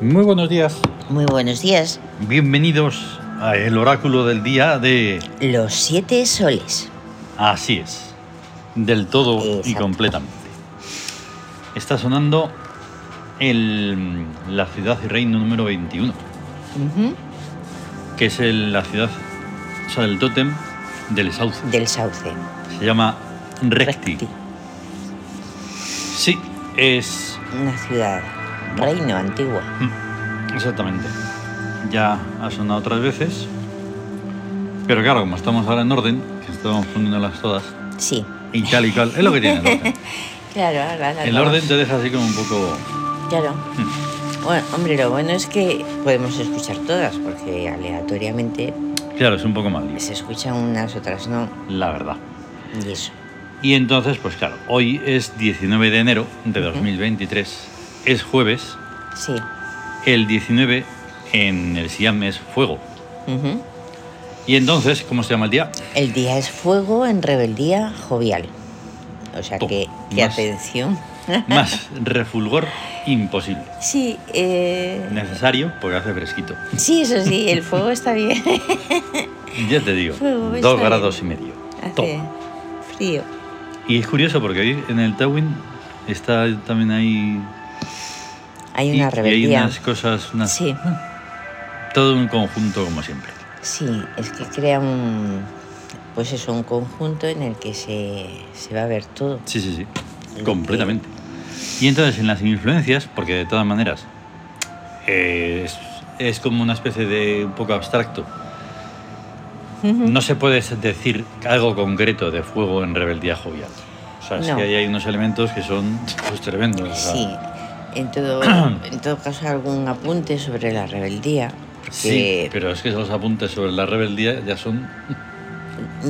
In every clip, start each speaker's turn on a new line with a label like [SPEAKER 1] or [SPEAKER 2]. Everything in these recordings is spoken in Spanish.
[SPEAKER 1] Muy buenos días.
[SPEAKER 2] Muy buenos días.
[SPEAKER 3] Bienvenidos a el oráculo del día de...
[SPEAKER 2] Los siete soles.
[SPEAKER 3] Así es. Del todo y
[SPEAKER 2] Exacto.
[SPEAKER 3] completamente. Está sonando el, la ciudad y reino número 21,
[SPEAKER 2] Ujú.
[SPEAKER 3] que es el- la ciudad, o sea, el tótem del sauce.
[SPEAKER 2] Del sauce.
[SPEAKER 3] Se llama Recti. Sí, es
[SPEAKER 2] Una ciudad. Reino antiguo.
[SPEAKER 3] mm, Exactamente. Ya ha sonado otras veces. Pero claro, como estamos ahora en orden, que estamos poniéndolas todas,
[SPEAKER 2] Sí.
[SPEAKER 3] y tal y cual, es lo que tiene el orden.
[SPEAKER 2] Claro, ahora la
[SPEAKER 3] El
[SPEAKER 2] vamos.
[SPEAKER 3] orden te deja así como un poco...
[SPEAKER 2] Claro.
[SPEAKER 3] hmm,
[SPEAKER 2] Bueno, hombre, lo bueno es que podemos escuchar todas, porque aleatoriamente
[SPEAKER 3] Claro, es un poco mal,
[SPEAKER 2] se escuchan unas, otras no.
[SPEAKER 3] la verdad.
[SPEAKER 2] Y eso.
[SPEAKER 3] Y entonces, pues claro, hoy es 19 de enero de 2023, es jueves,
[SPEAKER 2] Sí.
[SPEAKER 3] el 19 en el Siam es fuego.
[SPEAKER 2] Ujú.
[SPEAKER 3] Y entonces, ¿cómo se llama el día?
[SPEAKER 2] El día es fuego en rebeldía jovial. O sea
[SPEAKER 3] Toma,
[SPEAKER 2] que, que
[SPEAKER 3] más.
[SPEAKER 2] atención.
[SPEAKER 3] Más refulgor imposible.
[SPEAKER 2] Sí, eh,
[SPEAKER 3] Necesario porque hace fresquito.
[SPEAKER 2] sí, eso sí, el fuego está bien.
[SPEAKER 3] Ya te digo,
[SPEAKER 2] Fuego, está
[SPEAKER 3] dos
[SPEAKER 2] bien.
[SPEAKER 3] grados y medio.
[SPEAKER 2] Hace
[SPEAKER 3] Toma.
[SPEAKER 2] frío.
[SPEAKER 3] Y es curioso porque ahí en el Tawin está también ahí.
[SPEAKER 2] Hay
[SPEAKER 3] y-
[SPEAKER 2] una
[SPEAKER 3] y hay
[SPEAKER 2] rebeldía.
[SPEAKER 3] unas cosas, unas-
[SPEAKER 2] Sí,
[SPEAKER 3] todo un conjunto como siempre.
[SPEAKER 2] sí, es que crea un. Pues eso, un conjunto en el que se, se va a ver todo.
[SPEAKER 3] Sí, sí, sí.
[SPEAKER 2] Lo
[SPEAKER 3] Completamente. Y entonces en las influencias, porque de todas maneras eh, es, es como una especie de un poco abstracto. No se puede decir algo concreto de fuego en rebeldía jovial. O sea, es
[SPEAKER 2] No.
[SPEAKER 3] que ahí hay unos elementos que son pues, tremendos. o sea,
[SPEAKER 2] Sí, en todo, en todo caso, algún apunte sobre la rebeldía.
[SPEAKER 3] Sí,
[SPEAKER 2] Porque
[SPEAKER 3] pero es que esos apuntes sobre la rebeldía ya son...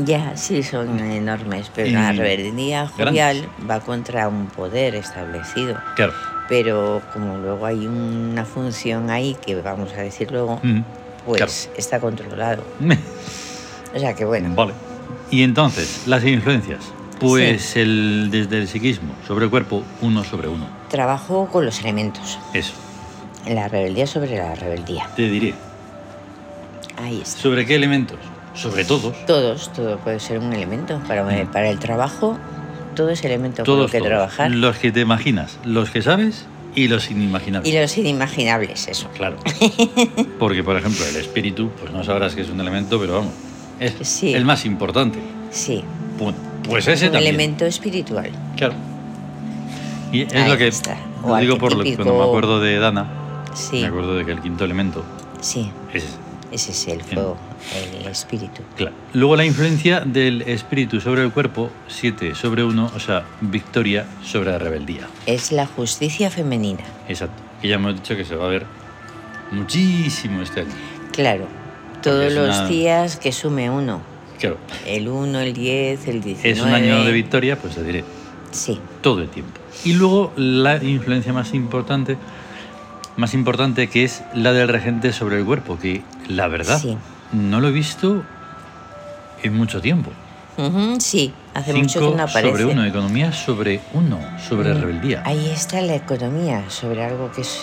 [SPEAKER 2] ya sí son enormes, pero
[SPEAKER 3] Y
[SPEAKER 2] la rebeldía jovial
[SPEAKER 3] grandes.
[SPEAKER 2] va contra un poder establecido.
[SPEAKER 3] Claro.
[SPEAKER 2] Pero como luego hay una función ahí que vamos a decir luego,
[SPEAKER 3] Mm,
[SPEAKER 2] pues está controlado. O sea que bueno,
[SPEAKER 3] Vale. Y entonces, las influencias. Pues el, desde el psiquismo, sobre el cuerpo, uno sobre uno.
[SPEAKER 2] trabajo con los elementos.
[SPEAKER 3] Eso,
[SPEAKER 2] La rebeldía sobre la rebeldía.
[SPEAKER 3] te diré.
[SPEAKER 2] Ahí está.
[SPEAKER 3] ¿Sobre qué elementos? Sobre todos.
[SPEAKER 2] Todos, todo puede ser un elemento. Para, eh,
[SPEAKER 3] Mm.
[SPEAKER 2] para el trabajo, todo es elemento con
[SPEAKER 3] Todos,
[SPEAKER 2] lo que
[SPEAKER 3] todos.
[SPEAKER 2] trabajar.
[SPEAKER 3] Los que te imaginas, los que sabes y los inimaginables.
[SPEAKER 2] Y los inimaginables, eso.
[SPEAKER 3] Claro. Porque, por ejemplo, el espíritu, pues no sabrás que es un elemento, pero vamos, es
[SPEAKER 2] Sí.
[SPEAKER 3] el más importante.
[SPEAKER 2] Sí.
[SPEAKER 3] Punto. Pues ese
[SPEAKER 2] un
[SPEAKER 3] también.
[SPEAKER 2] elemento espiritual.
[SPEAKER 3] Claro. Y es
[SPEAKER 2] Ahí
[SPEAKER 3] lo que
[SPEAKER 2] está. O
[SPEAKER 3] lo digo por lo que
[SPEAKER 2] arquetípico.
[SPEAKER 3] cuando me acuerdo de Dana,
[SPEAKER 2] Sí,
[SPEAKER 3] me acuerdo de que el quinto elemento
[SPEAKER 2] sí.
[SPEAKER 3] es ese.
[SPEAKER 2] Ese es el fuego, el espíritu.
[SPEAKER 3] Claro. Luego la influencia del espíritu sobre el cuerpo, 7 sobre 1, o sea, victoria sobre la rebeldía.
[SPEAKER 2] Es la justicia femenina.
[SPEAKER 3] Exacto. Que ya hemos dicho que se va a ver muchísimo este año.
[SPEAKER 2] Claro. Todos
[SPEAKER 3] es
[SPEAKER 2] los
[SPEAKER 3] una-
[SPEAKER 2] días que sume uno.
[SPEAKER 3] Claro.
[SPEAKER 2] El 1, el 10, el 19.
[SPEAKER 3] Es un año de victoria, pues te diré,
[SPEAKER 2] Sí.
[SPEAKER 3] todo el tiempo. Y luego la influencia más importante, más importante que es la del regente sobre el cuerpo, que la verdad
[SPEAKER 2] Sí.
[SPEAKER 3] no lo he visto en mucho tiempo.
[SPEAKER 2] Ujú, sí, hace
[SPEAKER 3] Cinco
[SPEAKER 2] mucho que no aparece.
[SPEAKER 3] sobre uno, economía sobre uno, sobre
[SPEAKER 2] Mm,
[SPEAKER 3] rebeldía.
[SPEAKER 2] Ahí está la economía, sobre algo que es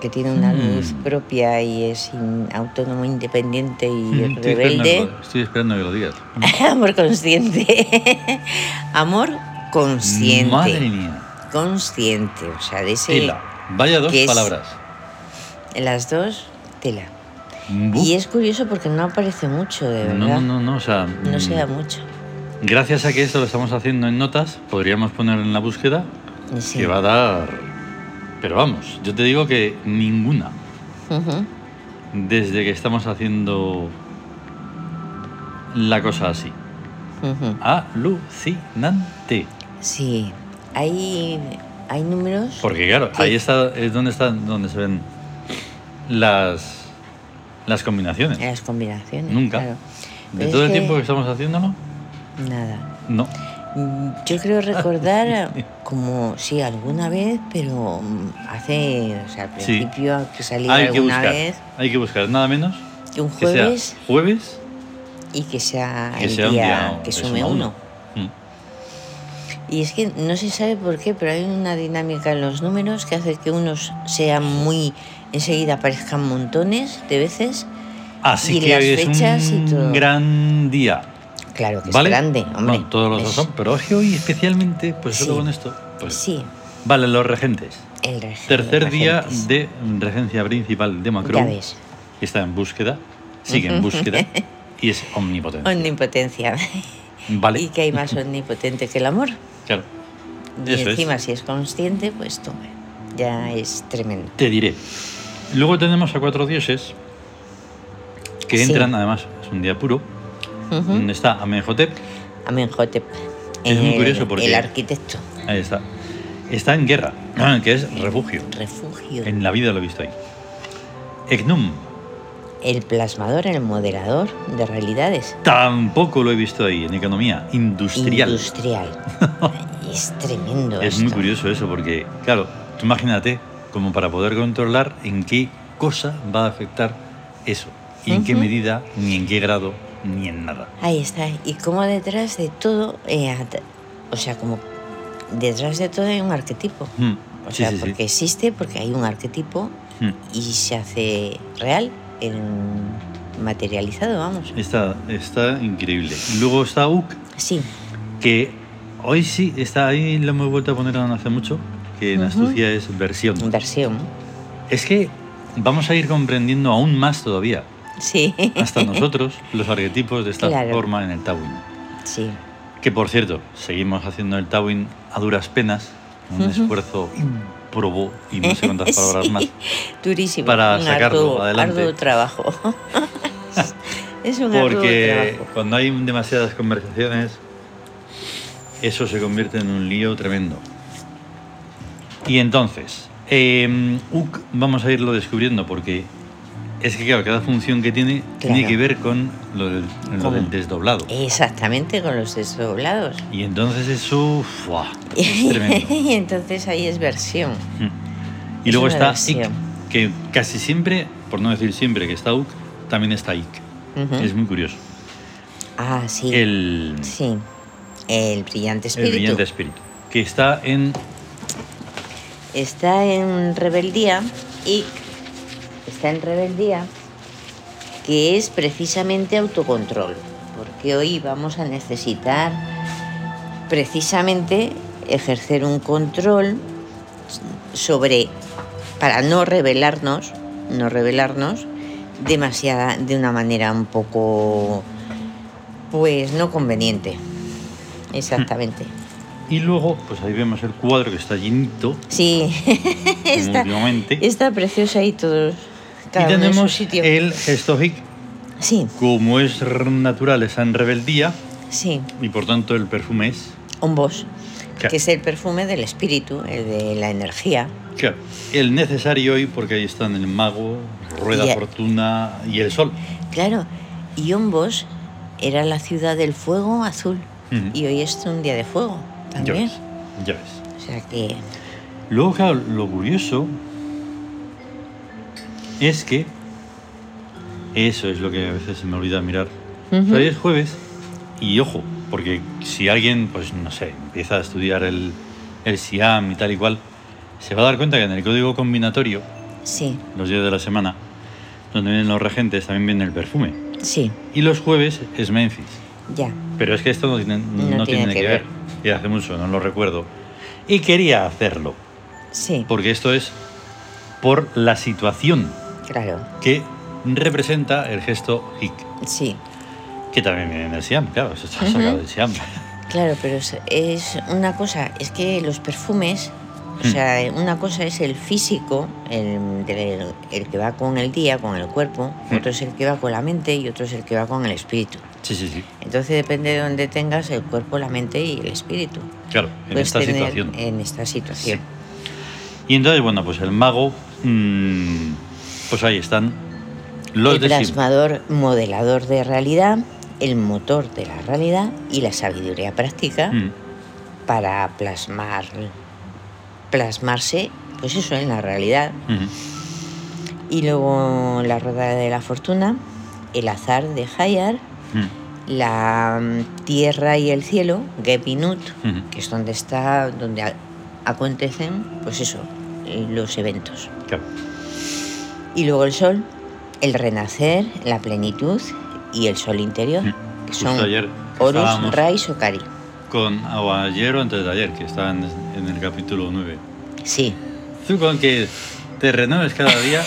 [SPEAKER 2] que tiene una
[SPEAKER 3] Mm.
[SPEAKER 2] luz propia y es in- autónomo, independiente y
[SPEAKER 3] Mm, estoy,
[SPEAKER 2] rebelde.
[SPEAKER 3] esperando, que- estoy esperando que lo digas.
[SPEAKER 2] Amor consciente. Amor consciente.
[SPEAKER 3] Madre mía.
[SPEAKER 2] Consciente, o sea, de ese...
[SPEAKER 3] Tela. Vaya dos
[SPEAKER 2] Que es-
[SPEAKER 3] palabras.
[SPEAKER 2] Las dos, tela.
[SPEAKER 3] Bu-
[SPEAKER 2] Y es curioso porque no aparece mucho, de
[SPEAKER 3] no, no,
[SPEAKER 2] verdad.
[SPEAKER 3] no, no, o sea,
[SPEAKER 2] No se da
[SPEAKER 3] mm,
[SPEAKER 2] mucho.
[SPEAKER 3] Gracias a que esto lo estamos haciendo en notas, podríamos poner en la búsqueda
[SPEAKER 2] Sí.
[SPEAKER 3] que va a dar. Pero vamos, yo te digo que ninguna.
[SPEAKER 2] Ujú.
[SPEAKER 3] Desde que estamos haciendo la cosa así.
[SPEAKER 2] Ujú.
[SPEAKER 3] Alucinante.
[SPEAKER 2] Sí, hay, hay números.
[SPEAKER 3] Porque claro,
[SPEAKER 2] Sí.
[SPEAKER 3] ahí está, es donde están, donde se ven las, las combinaciones.
[SPEAKER 2] en las combinaciones.
[SPEAKER 3] Nunca.
[SPEAKER 2] claro.
[SPEAKER 3] De
[SPEAKER 2] Pero
[SPEAKER 3] todo
[SPEAKER 2] es
[SPEAKER 3] el
[SPEAKER 2] que-
[SPEAKER 3] tiempo que estamos haciéndolo,
[SPEAKER 2] Nada.
[SPEAKER 3] no.
[SPEAKER 2] Mm, Yo creo recordar como, sí, alguna vez, pero mm, hace, o sea, al
[SPEAKER 3] Sí.
[SPEAKER 2] principio que salía
[SPEAKER 3] Hay que
[SPEAKER 2] alguna
[SPEAKER 3] buscar,
[SPEAKER 2] vez,
[SPEAKER 3] hay que buscar nada menos
[SPEAKER 2] que un
[SPEAKER 3] que
[SPEAKER 2] jueves
[SPEAKER 3] sea jueves,
[SPEAKER 2] y que sea
[SPEAKER 3] que
[SPEAKER 2] el
[SPEAKER 3] sea un
[SPEAKER 2] día,
[SPEAKER 3] día Mm.
[SPEAKER 2] que sume uno. Y es que no se sabe por qué, pero hay una dinámica en los números que hace que unos sean muy enseguida aparezcan montones de veces.
[SPEAKER 3] Así
[SPEAKER 2] Y
[SPEAKER 3] que
[SPEAKER 2] las
[SPEAKER 3] hoy es
[SPEAKER 2] fechas y
[SPEAKER 3] un
[SPEAKER 2] todo.
[SPEAKER 3] gran día.
[SPEAKER 2] Claro que
[SPEAKER 3] ¿Vale?
[SPEAKER 2] es grande, hombre.
[SPEAKER 3] Bueno, todos los dos
[SPEAKER 2] Es-
[SPEAKER 3] son, pero hoy especialmente, pues solo
[SPEAKER 2] Sí.
[SPEAKER 3] con esto. pues,
[SPEAKER 2] Sí,
[SPEAKER 3] Vale, los regentes.
[SPEAKER 2] el régimen
[SPEAKER 3] Tercer día
[SPEAKER 2] regentes.
[SPEAKER 3] de regencia principal de
[SPEAKER 2] Ya
[SPEAKER 3] Macron.
[SPEAKER 2] ves,
[SPEAKER 3] Está en búsqueda, sigue en búsqueda y es omnipotente.
[SPEAKER 2] omnipotencia.
[SPEAKER 3] Vale,
[SPEAKER 2] Y que hay más omnipotente que el amor.
[SPEAKER 3] claro.
[SPEAKER 2] Y
[SPEAKER 3] Eso es.
[SPEAKER 2] encima, si es consciente, pues toma. Ya es tremendo.
[SPEAKER 3] Te diré. Luego tenemos a cuatro dioses que
[SPEAKER 2] Sí.
[SPEAKER 3] entran, además, es un día puro. Mm,
[SPEAKER 2] Ujú.
[SPEAKER 3] Está Amenhotep,
[SPEAKER 2] Amenhotep.
[SPEAKER 3] Es muy
[SPEAKER 2] el-
[SPEAKER 3] curioso porque-
[SPEAKER 2] El arquitecto,
[SPEAKER 3] ahí está. Está en guerra, ah, que es refugio.
[SPEAKER 2] refugio.
[SPEAKER 3] En la vida lo he visto ahí. Egnum,
[SPEAKER 2] El plasmador, el moderador de realidades.
[SPEAKER 3] tampoco lo he visto ahí, en economía, industrial.
[SPEAKER 2] Industrial. es tremendo.
[SPEAKER 3] Es muy
[SPEAKER 2] esto.
[SPEAKER 3] curioso eso porque, claro, tú imagínate como para poder controlar en qué cosa va a afectar eso, y en qué
[SPEAKER 2] Ujú.
[SPEAKER 3] medida, ni en qué grado, ni en nada.
[SPEAKER 2] Ahí está. Y como detrás de todo, eh, at- o sea, como detrás de todo hay un arquetipo.
[SPEAKER 3] Mm,
[SPEAKER 2] O
[SPEAKER 3] sí,
[SPEAKER 2] sea,
[SPEAKER 3] sí, sí.
[SPEAKER 2] porque existe, porque hay un arquetipo
[SPEAKER 3] Mm,
[SPEAKER 2] y se hace real, en- materializado, vamos.
[SPEAKER 3] Está, está increíble. Luego está Uk,
[SPEAKER 2] Sí,
[SPEAKER 3] que hoy sí está ahí, lo hemos vuelto a poner no hace mucho, que en
[SPEAKER 2] Ujú.
[SPEAKER 3] Astucia es versión.
[SPEAKER 2] versión.
[SPEAKER 3] Es que vamos a ir comprendiendo aún más todavía,
[SPEAKER 2] Sí,
[SPEAKER 3] hasta nosotros, los arquetipos de esta
[SPEAKER 2] Claro.
[SPEAKER 3] forma en el Tawin.
[SPEAKER 2] sí.
[SPEAKER 3] Que por cierto, seguimos haciendo el Tawin a duras penas, un
[SPEAKER 2] Ujú.
[SPEAKER 3] esfuerzo improbo y no sé cuántas palabras
[SPEAKER 2] Sí,
[SPEAKER 3] más.
[SPEAKER 2] Durísimo.
[SPEAKER 3] Para
[SPEAKER 2] un
[SPEAKER 3] sacarlo
[SPEAKER 2] arduo,
[SPEAKER 3] adelante.
[SPEAKER 2] arduo trabajo. es un arduo
[SPEAKER 3] Porque
[SPEAKER 2] trabajo.
[SPEAKER 3] cuando hay demasiadas conversaciones, eso se convierte en un lío tremendo. Y entonces, eh, Uc, vamos a irlo descubriendo porque es que claro, cada función que tiene tiene
[SPEAKER 2] Claro.
[SPEAKER 3] que ver con lo del, lo
[SPEAKER 2] Con-
[SPEAKER 3] del desdoblado.
[SPEAKER 2] Exactamente, con los desdoblados.
[SPEAKER 3] Y entonces eso ¡fua! es tremendo.
[SPEAKER 2] y entonces ahí es versión.
[SPEAKER 3] Y
[SPEAKER 2] Es
[SPEAKER 3] luego
[SPEAKER 2] una
[SPEAKER 3] está
[SPEAKER 2] versión.
[SPEAKER 3] Ick, que casi siempre, por no decir siempre que está Uck, también está Ick.
[SPEAKER 2] Ujú.
[SPEAKER 3] Es muy curioso.
[SPEAKER 2] Ah, ¿Mm? sí.
[SPEAKER 3] El,
[SPEAKER 2] Sí. El brillante
[SPEAKER 3] el
[SPEAKER 2] espíritu.
[SPEAKER 3] brillante espíritu. Que está en.
[SPEAKER 2] Está en rebeldía y está en rebeldía que es precisamente autocontrol, porque hoy vamos a necesitar precisamente ejercer un control sobre para no revelarnos, no revelarnos demasiada de una manera un poco pues no conveniente. Exactamente.
[SPEAKER 3] Y luego, pues ahí vemos el cuadro que está llenito,
[SPEAKER 2] Sí.
[SPEAKER 3] como
[SPEAKER 2] Está-
[SPEAKER 3] últimamente.
[SPEAKER 2] Está preciosa y todos. Cada
[SPEAKER 3] y
[SPEAKER 2] uno en su
[SPEAKER 3] tenemos
[SPEAKER 2] sitio.
[SPEAKER 3] el gesto Hick,
[SPEAKER 2] Sí,
[SPEAKER 3] como es r- natural, está en rebeldía,
[SPEAKER 2] sí,
[SPEAKER 3] y por tanto el perfume es.
[SPEAKER 2] Ombos,
[SPEAKER 3] Claro.
[SPEAKER 2] que es el perfume del espíritu, el de la energía.
[SPEAKER 3] claro, el necesario hoy, porque ahí están el mago, rueda
[SPEAKER 2] Ya.
[SPEAKER 3] fortuna y el sol.
[SPEAKER 2] Claro, y Ombos era la ciudad del fuego azul.
[SPEAKER 3] Ujú.
[SPEAKER 2] Y hoy es un día de fuego
[SPEAKER 3] Ya
[SPEAKER 2] también.
[SPEAKER 3] ves, ya ves.
[SPEAKER 2] O sea que.
[SPEAKER 3] Luego, claro, lo curioso es que. Eso es lo que a veces se me olvida mirar.
[SPEAKER 2] Ujú.
[SPEAKER 3] O sea, hoy es jueves y ojo, porque si alguien, pues no sé, empieza a estudiar el, el SIAM y tal y cual, se va a dar cuenta que en el código combinatorio,
[SPEAKER 2] Sí,
[SPEAKER 3] los días de la semana, donde vienen los regentes, también viene el perfume.
[SPEAKER 2] sí,
[SPEAKER 3] Y los jueves es Memphis.
[SPEAKER 2] ya.
[SPEAKER 3] Pero es que esto no tiene, no tiene que, ver. Y hace mucho, no lo recuerdo. Y quería hacerlo
[SPEAKER 2] Sí,
[SPEAKER 3] porque esto es por la situación
[SPEAKER 2] claro.
[SPEAKER 3] que representa el gesto hic,
[SPEAKER 2] Sí,
[SPEAKER 3] que también viene del Siam, claro, eso está
[SPEAKER 2] Ujú.
[SPEAKER 3] sacado del Siam.
[SPEAKER 2] claro, pero es, es una cosa, es que los perfumes. O
[SPEAKER 3] Mm.
[SPEAKER 2] sea, una cosa es el físico, el, del- el que va con el día, con el cuerpo,
[SPEAKER 3] Mm.
[SPEAKER 2] otro es el que va con la mente y otro es el que va con el espíritu.
[SPEAKER 3] Sí, sí, sí,
[SPEAKER 2] Entonces depende de dónde tengas el cuerpo, la mente y el espíritu.
[SPEAKER 3] claro, en
[SPEAKER 2] Puedes
[SPEAKER 3] esta
[SPEAKER 2] Pues tener
[SPEAKER 3] situación.
[SPEAKER 2] En esta situación.
[SPEAKER 3] Y entonces, bueno, pues el mago, mm, pues ahí están los
[SPEAKER 2] el
[SPEAKER 3] de siempre.
[SPEAKER 2] plasmador modelador de realidad, el motor de la realidad y la sabiduría práctica
[SPEAKER 3] Mm,
[SPEAKER 2] para plasmar, plasmarse, pues eso, en la realidad.
[SPEAKER 3] ujú.
[SPEAKER 2] Y luego la rueda de la fortuna, el azar de Hayar,
[SPEAKER 3] Mm,
[SPEAKER 2] la mm, tierra y el cielo, Gepinut,
[SPEAKER 3] Ujú.
[SPEAKER 2] que es donde está, donde a- acontecen, pues eso, eh, los eventos.
[SPEAKER 3] claro.
[SPEAKER 2] Y luego el sol, el renacer, la plenitud y el sol interior,
[SPEAKER 3] Mm.
[SPEAKER 2] que
[SPEAKER 3] Justo
[SPEAKER 2] son
[SPEAKER 3] ayer
[SPEAKER 2] Horus,
[SPEAKER 3] estábamos-
[SPEAKER 2] Ra y Sokari.
[SPEAKER 3] Con Aguayero antes de ayer, que está en, en el capítulo 9.
[SPEAKER 2] Sí.
[SPEAKER 3] Tú con que te renueves cada día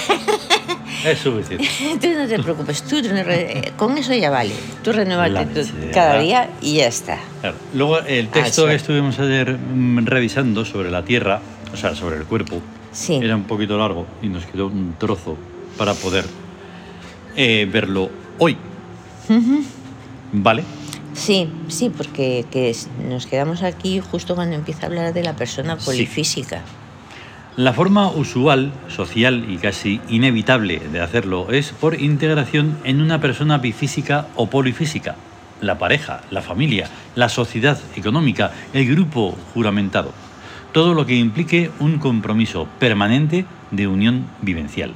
[SPEAKER 3] es suficiente.
[SPEAKER 2] Tú no te preocupes, tú re- con eso ya vale. Tú renuevate
[SPEAKER 3] La
[SPEAKER 2] tú
[SPEAKER 3] miseria.
[SPEAKER 2] cada día y ya está.
[SPEAKER 3] Claro. Luego el texto
[SPEAKER 2] Ah, sí.
[SPEAKER 3] que estuvimos ayer mm, revisando sobre la Tierra, o sea, sobre el cuerpo,
[SPEAKER 2] Sí.
[SPEAKER 3] era un poquito largo y nos quedó un trozo para poder eh, verlo hoy. ¿Vale?
[SPEAKER 2] Sí, sí, porque que es- nos quedamos aquí justo cuando empieza a hablar de la persona
[SPEAKER 3] Sí.
[SPEAKER 2] polifísica.
[SPEAKER 3] La forma usual, social y casi inevitable de hacerlo es por integración en una persona bifísica o polifísica, la pareja, la familia, la sociedad económica, el grupo juramentado, todo lo que implique un compromiso permanente de unión vivencial.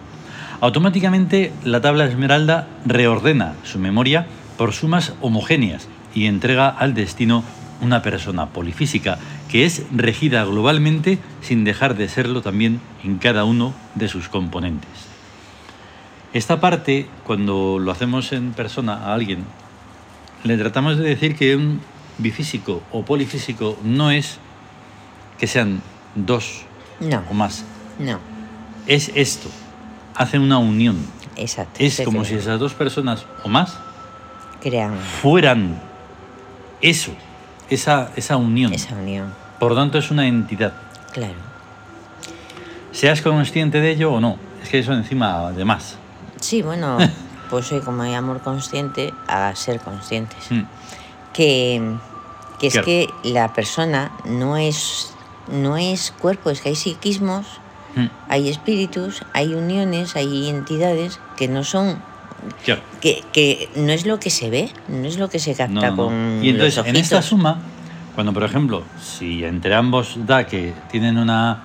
[SPEAKER 3] Automáticamente la tabla esmeralda reordena su memoria por sumas homogéneas y entrega al destino una persona polifísica que es regida globalmente sin dejar de serlo también en cada uno de sus componentes. Esta parte, cuando lo hacemos en persona a alguien, le tratamos de decir que un bifísico o polifísico no es que sean dos
[SPEAKER 2] No,
[SPEAKER 3] o más,
[SPEAKER 2] no,
[SPEAKER 3] es esto. Hacen una unión.
[SPEAKER 2] exacto.
[SPEAKER 3] Es
[SPEAKER 2] se
[SPEAKER 3] como si
[SPEAKER 2] crea-
[SPEAKER 3] esas dos personas o más
[SPEAKER 2] crean
[SPEAKER 3] fueran eso, esa, esa unión.
[SPEAKER 2] esa unión,
[SPEAKER 3] Por tanto, es una entidad.
[SPEAKER 2] claro.
[SPEAKER 3] Seas consciente de ello o no. Es que eso encima, además.
[SPEAKER 2] Sí, bueno, pues hoy como hay amor consciente, a ser conscientes.
[SPEAKER 3] Mm.
[SPEAKER 2] Que, que es
[SPEAKER 3] Claro.
[SPEAKER 2] que la persona no es, no es cuerpo, es que hay psiquismos
[SPEAKER 3] Mm.
[SPEAKER 2] hay espíritus, hay uniones, hay entidades que no son,
[SPEAKER 3] Claro.
[SPEAKER 2] que, que no es lo que se ve, no es lo que se
[SPEAKER 3] No,
[SPEAKER 2] capta
[SPEAKER 3] no, no.
[SPEAKER 2] con
[SPEAKER 3] Y entonces,
[SPEAKER 2] los
[SPEAKER 3] en este esta
[SPEAKER 2] ojitos.
[SPEAKER 3] suma, cuando por ejemplo, si entre ambos da que tienen una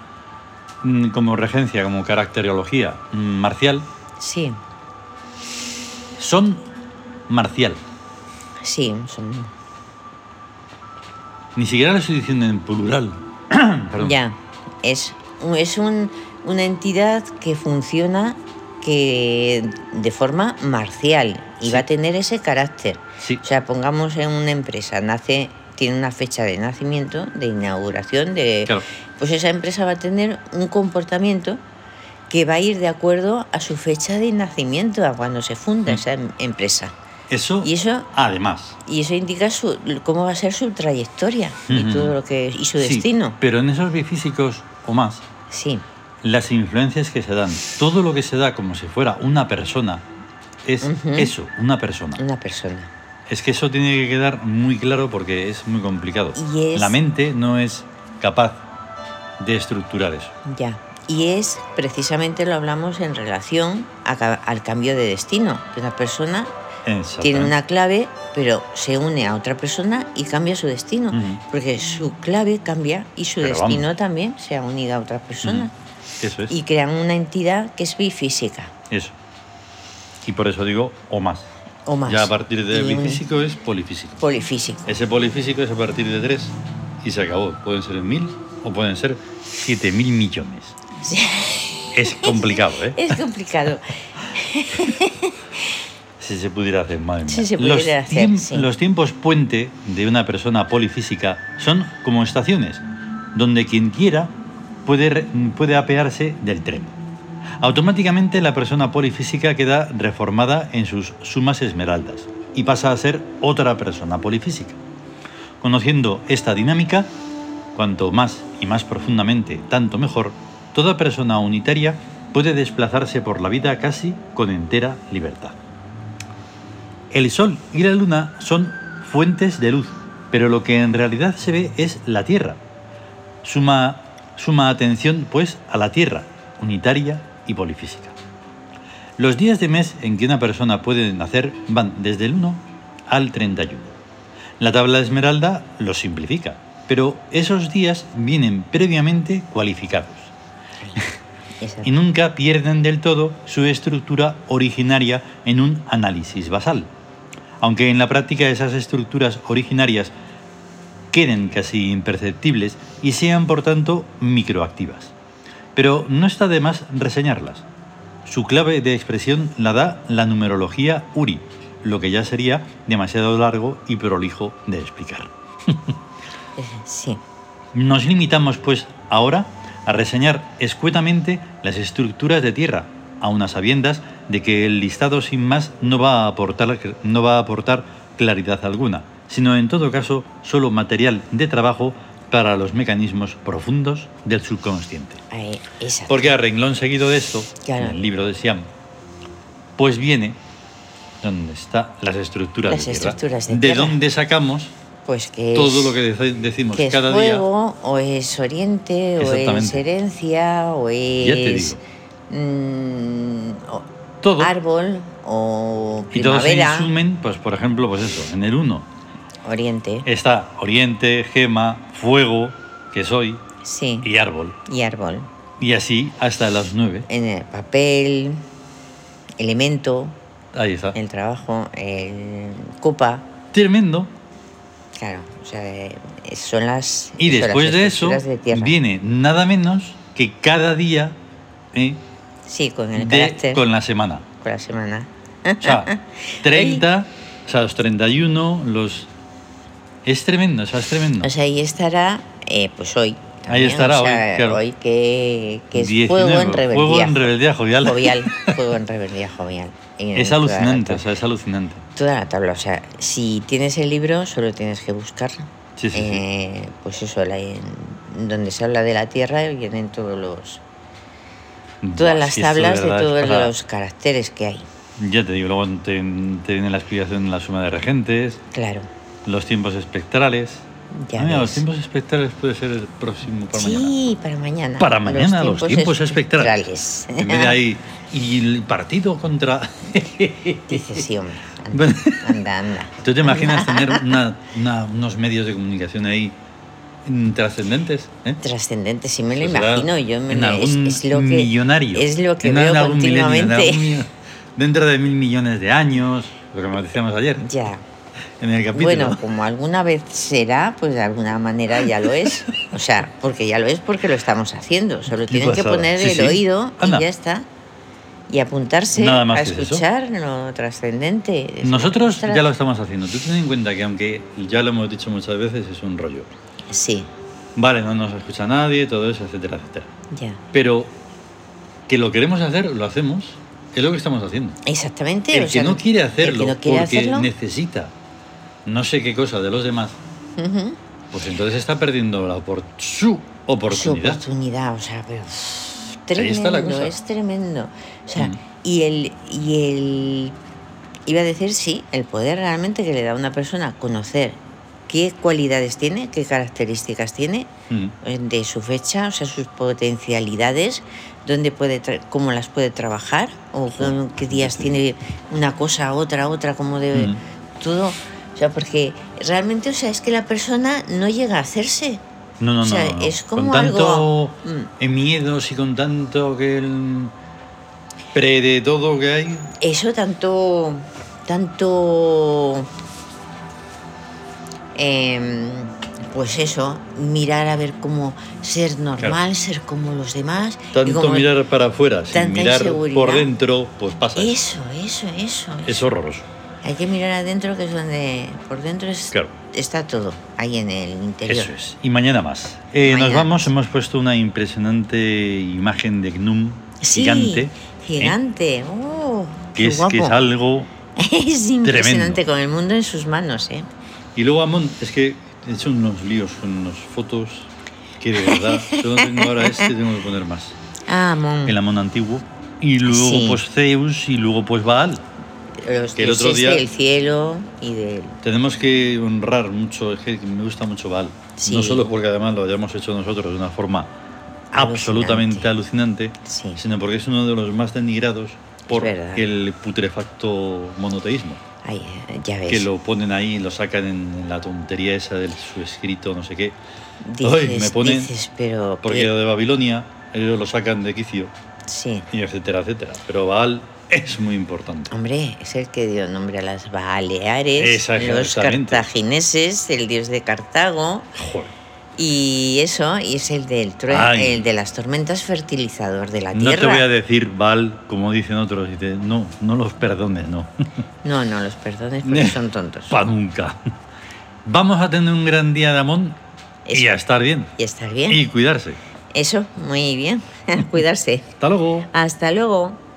[SPEAKER 3] mm, como regencia, como caracterología mm, marcial,
[SPEAKER 2] Sí,
[SPEAKER 3] son marcial.
[SPEAKER 2] sí, son-
[SPEAKER 3] Ni siquiera lo estoy diciendo en plural. Perdón.
[SPEAKER 2] ya. Es, un- es un- una entidad que funciona que de forma marcial y
[SPEAKER 3] Sí.
[SPEAKER 2] va a tener ese carácter.
[SPEAKER 3] Sí.
[SPEAKER 2] O sea, pongamos en una empresa, nace, tiene una fecha de nacimiento, de inauguración, de
[SPEAKER 3] Claro.
[SPEAKER 2] pues esa empresa va a tener un comportamiento que va a ir de acuerdo a su fecha de nacimiento, a cuando se funda
[SPEAKER 3] Mm.
[SPEAKER 2] esa em- empresa.
[SPEAKER 3] Eso,
[SPEAKER 2] Y eso,
[SPEAKER 3] además.
[SPEAKER 2] y eso indica su, cómo va a ser su trayectoria y
[SPEAKER 3] Ujú.
[SPEAKER 2] todo lo que y su
[SPEAKER 3] Sí,
[SPEAKER 2] destino.
[SPEAKER 3] pero en esos bifísicos o más,
[SPEAKER 2] Sí,
[SPEAKER 3] las influencias que se dan, todo lo que se da como si fuera una persona, es
[SPEAKER 2] Ujú.
[SPEAKER 3] eso, una persona.
[SPEAKER 2] una persona.
[SPEAKER 3] Es que eso tiene que quedar muy claro porque es muy complicado.
[SPEAKER 2] Y es-
[SPEAKER 3] La mente no es capaz de estructurar eso.
[SPEAKER 2] Ya. Y es precisamente lo hablamos en relación a ca- al cambio de destino, que una persona tiene una clave, pero se une a otra persona y cambia su destino.
[SPEAKER 3] Ujú.
[SPEAKER 2] Porque su clave cambia y su
[SPEAKER 3] Pero
[SPEAKER 2] destino también se ha unido a otra persona.
[SPEAKER 3] Ujú. Eso es.
[SPEAKER 2] Y crean una entidad que es bifísica
[SPEAKER 3] Eso. Y por eso digo o más.
[SPEAKER 2] o más.
[SPEAKER 3] Ya a partir de
[SPEAKER 2] Y un
[SPEAKER 3] bifísico es polifísico.
[SPEAKER 2] Polifísico.
[SPEAKER 3] Ese polifísico es a partir de tres y se acabó. Pueden ser mil o pueden ser siete mil millones.
[SPEAKER 2] Sí.
[SPEAKER 3] Es complicado, ¿eh?
[SPEAKER 2] Es complicado.
[SPEAKER 3] Si se pudiera hacer, madre mía.
[SPEAKER 2] Si se pudiera
[SPEAKER 3] los,
[SPEAKER 2] hacer,
[SPEAKER 3] tiemp-
[SPEAKER 2] sí.
[SPEAKER 3] los tiempos puente de una persona polifísica son como estaciones, donde quien quiera puede, re- puede apearse del tren. Automáticamente la persona polifísica queda reformada en sus sumas esmeraldas y pasa a ser otra persona polifísica. Conociendo esta dinámica, cuanto más y más profundamente, tanto mejor, toda persona unitaria puede desplazarse por la vida casi con entera libertad. El Sol y la Luna son fuentes de luz, pero lo que en realidad se ve es la Tierra. Suma, suma atención, pues, a la Tierra, unitaria y polifísica. Los días de mes en que una persona puede nacer van desde el 1 al 31. La tabla de Esmeralda lo simplifica, pero esos días vienen previamente cualificados
[SPEAKER 2] Exacto.
[SPEAKER 3] y nunca pierden del todo su estructura originaria en un análisis basal. Aunque en la práctica esas estructuras originarias queden casi imperceptibles y sean por tanto microactivas. Pero no está de más reseñarlas. Su clave de expresión la da la numerología URI, lo que ya sería demasiado largo y prolijo de explicar.
[SPEAKER 2] Sí.
[SPEAKER 3] Nos limitamos, pues, ahora a reseñar escuetamente las estructuras de tierra, a unas sabiendas de que el listado sin más no va a aportar, no va a aportar claridad alguna, sino en todo caso solo material de trabajo para los mecanismos profundos del subconsciente.
[SPEAKER 2] Eh, exacto.
[SPEAKER 3] Porque a renglón seguido de esto,
[SPEAKER 2] Claro.
[SPEAKER 3] en el libro de Siam, pues viene donde está las estructuras
[SPEAKER 2] Las
[SPEAKER 3] de tierra.
[SPEAKER 2] estructuras de
[SPEAKER 3] de
[SPEAKER 2] tierra.
[SPEAKER 3] donde sacamos
[SPEAKER 2] Pues que
[SPEAKER 3] todo
[SPEAKER 2] es-
[SPEAKER 3] lo que deci- decimos
[SPEAKER 2] que es
[SPEAKER 3] cada día.
[SPEAKER 2] fuego, o es oriente, o es
[SPEAKER 3] Exactamente.
[SPEAKER 2] herencia, o
[SPEAKER 3] Ya te
[SPEAKER 2] es
[SPEAKER 3] digo.
[SPEAKER 2] mm, o-
[SPEAKER 3] Todo.
[SPEAKER 2] árbol, o
[SPEAKER 3] y todos se
[SPEAKER 2] primavera,
[SPEAKER 3] insumen, pues por ejemplo, pues eso, en el 1
[SPEAKER 2] oriente,
[SPEAKER 3] está oriente, gema, fuego, que soy,
[SPEAKER 2] sí,
[SPEAKER 3] y árbol.
[SPEAKER 2] y árbol.
[SPEAKER 3] Y así hasta las 9.
[SPEAKER 2] En el papel, elemento,
[SPEAKER 3] Ahí está.
[SPEAKER 2] el trabajo, el copa,
[SPEAKER 3] Tremendo.
[SPEAKER 2] claro, o sea, eh, son las
[SPEAKER 3] Y
[SPEAKER 2] son las
[SPEAKER 3] después de eso
[SPEAKER 2] estructuras de tierra.
[SPEAKER 3] viene nada menos que cada día ¿eh?
[SPEAKER 2] sí, con el
[SPEAKER 3] de,
[SPEAKER 2] carácter, con...
[SPEAKER 3] con la semana.
[SPEAKER 2] la semana,
[SPEAKER 3] O sea, 30, o sea, los 31, los... Es tremendo, o sea, es tremendo.
[SPEAKER 2] O sea, Pues ahí estará, eh, pues hoy.
[SPEAKER 3] Ahí
[SPEAKER 2] también,
[SPEAKER 3] estará
[SPEAKER 2] o
[SPEAKER 3] hoy,
[SPEAKER 2] sea,
[SPEAKER 3] claro.
[SPEAKER 2] que, que es
[SPEAKER 3] 19,
[SPEAKER 2] fuego en rebeldía.
[SPEAKER 3] Fuego en rebeldía jovial.
[SPEAKER 2] jovial. Fuego en rebeldía jovial. En
[SPEAKER 3] Es
[SPEAKER 2] toda la
[SPEAKER 3] alucinante,
[SPEAKER 2] tabla.
[SPEAKER 3] o sea, es alucinante.
[SPEAKER 2] Toda la tabla. O sea, si tienes el libro, solo tienes que buscar.
[SPEAKER 3] Sí, sí, sí.
[SPEAKER 2] eh, Pues eso, la- en donde se habla de la tierra, vienen todos los,
[SPEAKER 3] Buah,
[SPEAKER 2] todas
[SPEAKER 3] es
[SPEAKER 2] las
[SPEAKER 3] que esto
[SPEAKER 2] tablas de
[SPEAKER 3] verdad es
[SPEAKER 2] todos
[SPEAKER 3] para-
[SPEAKER 2] los caracteres que hay.
[SPEAKER 3] Ya te digo, luego te, te viene la explicación de la suma de regentes,
[SPEAKER 2] Claro.
[SPEAKER 3] los tiempos espectrales.
[SPEAKER 2] Ya
[SPEAKER 3] Ah, mira,
[SPEAKER 2] ves.
[SPEAKER 3] los tiempos espectrales puede ser el próximo para mañana.
[SPEAKER 2] Sí, para mañana.
[SPEAKER 3] Para mañana los tiempos espectrales. En vez de
[SPEAKER 2] espectrales.
[SPEAKER 3] ahí, y el partido contra...
[SPEAKER 2] Dices, sí, hombre.
[SPEAKER 3] Bueno.
[SPEAKER 2] Anda, anda. anda.
[SPEAKER 3] ¿Tú te imaginas tener una- una- unos medios de comunicación ahí mm, trascendentes? eh?
[SPEAKER 2] Trascendente, sí me lo
[SPEAKER 3] Pues será
[SPEAKER 2] imagino. Yo me
[SPEAKER 3] en
[SPEAKER 2] lo- es,
[SPEAKER 3] algún
[SPEAKER 2] es lo que
[SPEAKER 3] millonario.
[SPEAKER 2] es lo que
[SPEAKER 3] en
[SPEAKER 2] veo
[SPEAKER 3] algún milenio, en
[SPEAKER 2] continuamente.
[SPEAKER 3] algún millo- dentro de mil millones de años, lo que decíamos ayer
[SPEAKER 2] ya.
[SPEAKER 3] en el capítulo.
[SPEAKER 2] Bueno, como alguna vez será, pues de alguna manera ya lo es. O sea, porque ya lo es porque lo estamos haciendo. Solo
[SPEAKER 3] Qué
[SPEAKER 2] tienen que
[SPEAKER 3] pasada.
[SPEAKER 2] poner
[SPEAKER 3] Sí,
[SPEAKER 2] el
[SPEAKER 3] sí.
[SPEAKER 2] oído
[SPEAKER 3] Anda.
[SPEAKER 2] y ya está. Y apuntarse
[SPEAKER 3] Nada más
[SPEAKER 2] a
[SPEAKER 3] que es eso.
[SPEAKER 2] escuchar lo trascendente. Decir,
[SPEAKER 3] Nosotros
[SPEAKER 2] "Ostras".
[SPEAKER 3] ya lo estamos haciendo. Tú ten en cuenta que aunque ya lo hemos dicho muchas veces, es un rollo.
[SPEAKER 2] Sí,
[SPEAKER 3] Vale, no nos escucha nadie, todo eso, etcétera, etcétera.
[SPEAKER 2] ya.
[SPEAKER 3] Pero que lo queremos hacer, lo hacemos. Es lo que estamos haciendo.
[SPEAKER 2] Exactamente.
[SPEAKER 3] el
[SPEAKER 2] o
[SPEAKER 3] que
[SPEAKER 2] sea,
[SPEAKER 3] no quiere hacerlo
[SPEAKER 2] El que no quiere
[SPEAKER 3] porque
[SPEAKER 2] hacerlo.
[SPEAKER 3] necesita no sé qué cosa de los demás,
[SPEAKER 2] ujú,
[SPEAKER 3] pues entonces está perdiendo la opor- su
[SPEAKER 2] su
[SPEAKER 3] oportunidad.
[SPEAKER 2] oportunidad, o sea, pero uff,
[SPEAKER 3] Ahí está
[SPEAKER 2] tremendo,
[SPEAKER 3] la cosa.
[SPEAKER 2] es tremendo. O sea,
[SPEAKER 3] Mm.
[SPEAKER 2] y el y el iba a decir sí, el poder realmente que le da a una persona conocer qué cualidades tiene, qué características tiene
[SPEAKER 3] Mm.
[SPEAKER 2] eh, de su fecha, o sea, sus potencialidades, dónde puede tra- cómo las puede trabajar o con qué días tiene una cosa, otra, otra, cómo debe
[SPEAKER 3] Mm.
[SPEAKER 2] todo, o sea, porque realmente, o sea, es que la persona no llega a hacerse.
[SPEAKER 3] No, no,
[SPEAKER 2] O sea,
[SPEAKER 3] no, no, no.
[SPEAKER 2] es como
[SPEAKER 3] con tanto
[SPEAKER 2] algo- Mm.
[SPEAKER 3] eh, miedos y con tanto que el pre de todo que hay.
[SPEAKER 2] Eso tanto. tanto. em, pues eso, mirar a ver cómo ser normal,
[SPEAKER 3] Claro.
[SPEAKER 2] ser como los demás. y
[SPEAKER 3] Tanto
[SPEAKER 2] como-
[SPEAKER 3] mirar para afuera, sin
[SPEAKER 2] tanta
[SPEAKER 3] mirar por
[SPEAKER 2] inseguridad.
[SPEAKER 3] dentro, pues pasa. eso.
[SPEAKER 2] Eso, eso, eso.
[SPEAKER 3] Es horroroso.
[SPEAKER 2] Hay que mirar adentro, que es donde. Por dentro es-
[SPEAKER 3] Claro.
[SPEAKER 2] está todo, ahí en el interior.
[SPEAKER 3] Eso es. Y mañana más. Eh, Nos
[SPEAKER 2] Mañana
[SPEAKER 3] vamos, hemos puesto una impresionante imagen de GNUM
[SPEAKER 2] Sí,
[SPEAKER 3] gigante. ¿eh?
[SPEAKER 2] Gigante. Oh,
[SPEAKER 3] Que
[SPEAKER 2] qué
[SPEAKER 3] es, que es
[SPEAKER 2] guapo.
[SPEAKER 3] algo.
[SPEAKER 2] Es
[SPEAKER 3] tremendo.
[SPEAKER 2] impresionante con el mundo en sus manos, ¿eh?
[SPEAKER 3] Y luego Amon, es que he hecho unos líos con unas fotos que de verdad solo tengo ahora este, tengo que poner más.
[SPEAKER 2] Ah, mon.
[SPEAKER 3] El Amon antiguo. Y luego
[SPEAKER 2] Sí.
[SPEAKER 3] pues Zeus y luego pues Baal.
[SPEAKER 2] los
[SPEAKER 3] que el otro
[SPEAKER 2] dioses
[SPEAKER 3] día-
[SPEAKER 2] del cielo y del
[SPEAKER 3] Tenemos que honrar mucho, es que me gusta mucho Baal.
[SPEAKER 2] Sí.
[SPEAKER 3] No solo porque además lo hayamos hecho nosotros de una forma
[SPEAKER 2] Alucinante.
[SPEAKER 3] absolutamente alucinante,
[SPEAKER 2] Sí.
[SPEAKER 3] sino porque es uno de los más denigrados por
[SPEAKER 2] verdad.
[SPEAKER 3] el putrefacto monoteísmo.
[SPEAKER 2] ay, eh, ya ves
[SPEAKER 3] Que lo ponen ahí, lo sacan en la tontería esa de su escrito, no sé qué.
[SPEAKER 2] dices,
[SPEAKER 3] Ay, me pone-
[SPEAKER 2] dices, pero
[SPEAKER 3] Porque
[SPEAKER 2] que-
[SPEAKER 3] lo de Babilonia, ellos lo sacan de quicio,
[SPEAKER 2] sí
[SPEAKER 3] y etcétera, etcétera. Pero Baal es muy importante.
[SPEAKER 2] hombre es el que dio nombre a las Baleares los
[SPEAKER 3] Exactamente.
[SPEAKER 2] cartagineses el dios de Cartago
[SPEAKER 3] Joder.
[SPEAKER 2] Y eso y es el del true-
[SPEAKER 3] Ay.
[SPEAKER 2] el de las tormentas fertilizador de la
[SPEAKER 3] No te
[SPEAKER 2] tierra.
[SPEAKER 3] voy a decir Val, como dicen otros, y te- no, no los perdones, no.
[SPEAKER 2] No, no los perdones porque son tontos.
[SPEAKER 3] Pa' nunca. Vamos a tener un gran día de Amón y
[SPEAKER 2] Eso.
[SPEAKER 3] a estar bien.
[SPEAKER 2] Y está bien.
[SPEAKER 3] Y cuidarse.
[SPEAKER 2] Eso, muy bien. Cuidarse.
[SPEAKER 3] Hasta luego.
[SPEAKER 2] Hasta luego.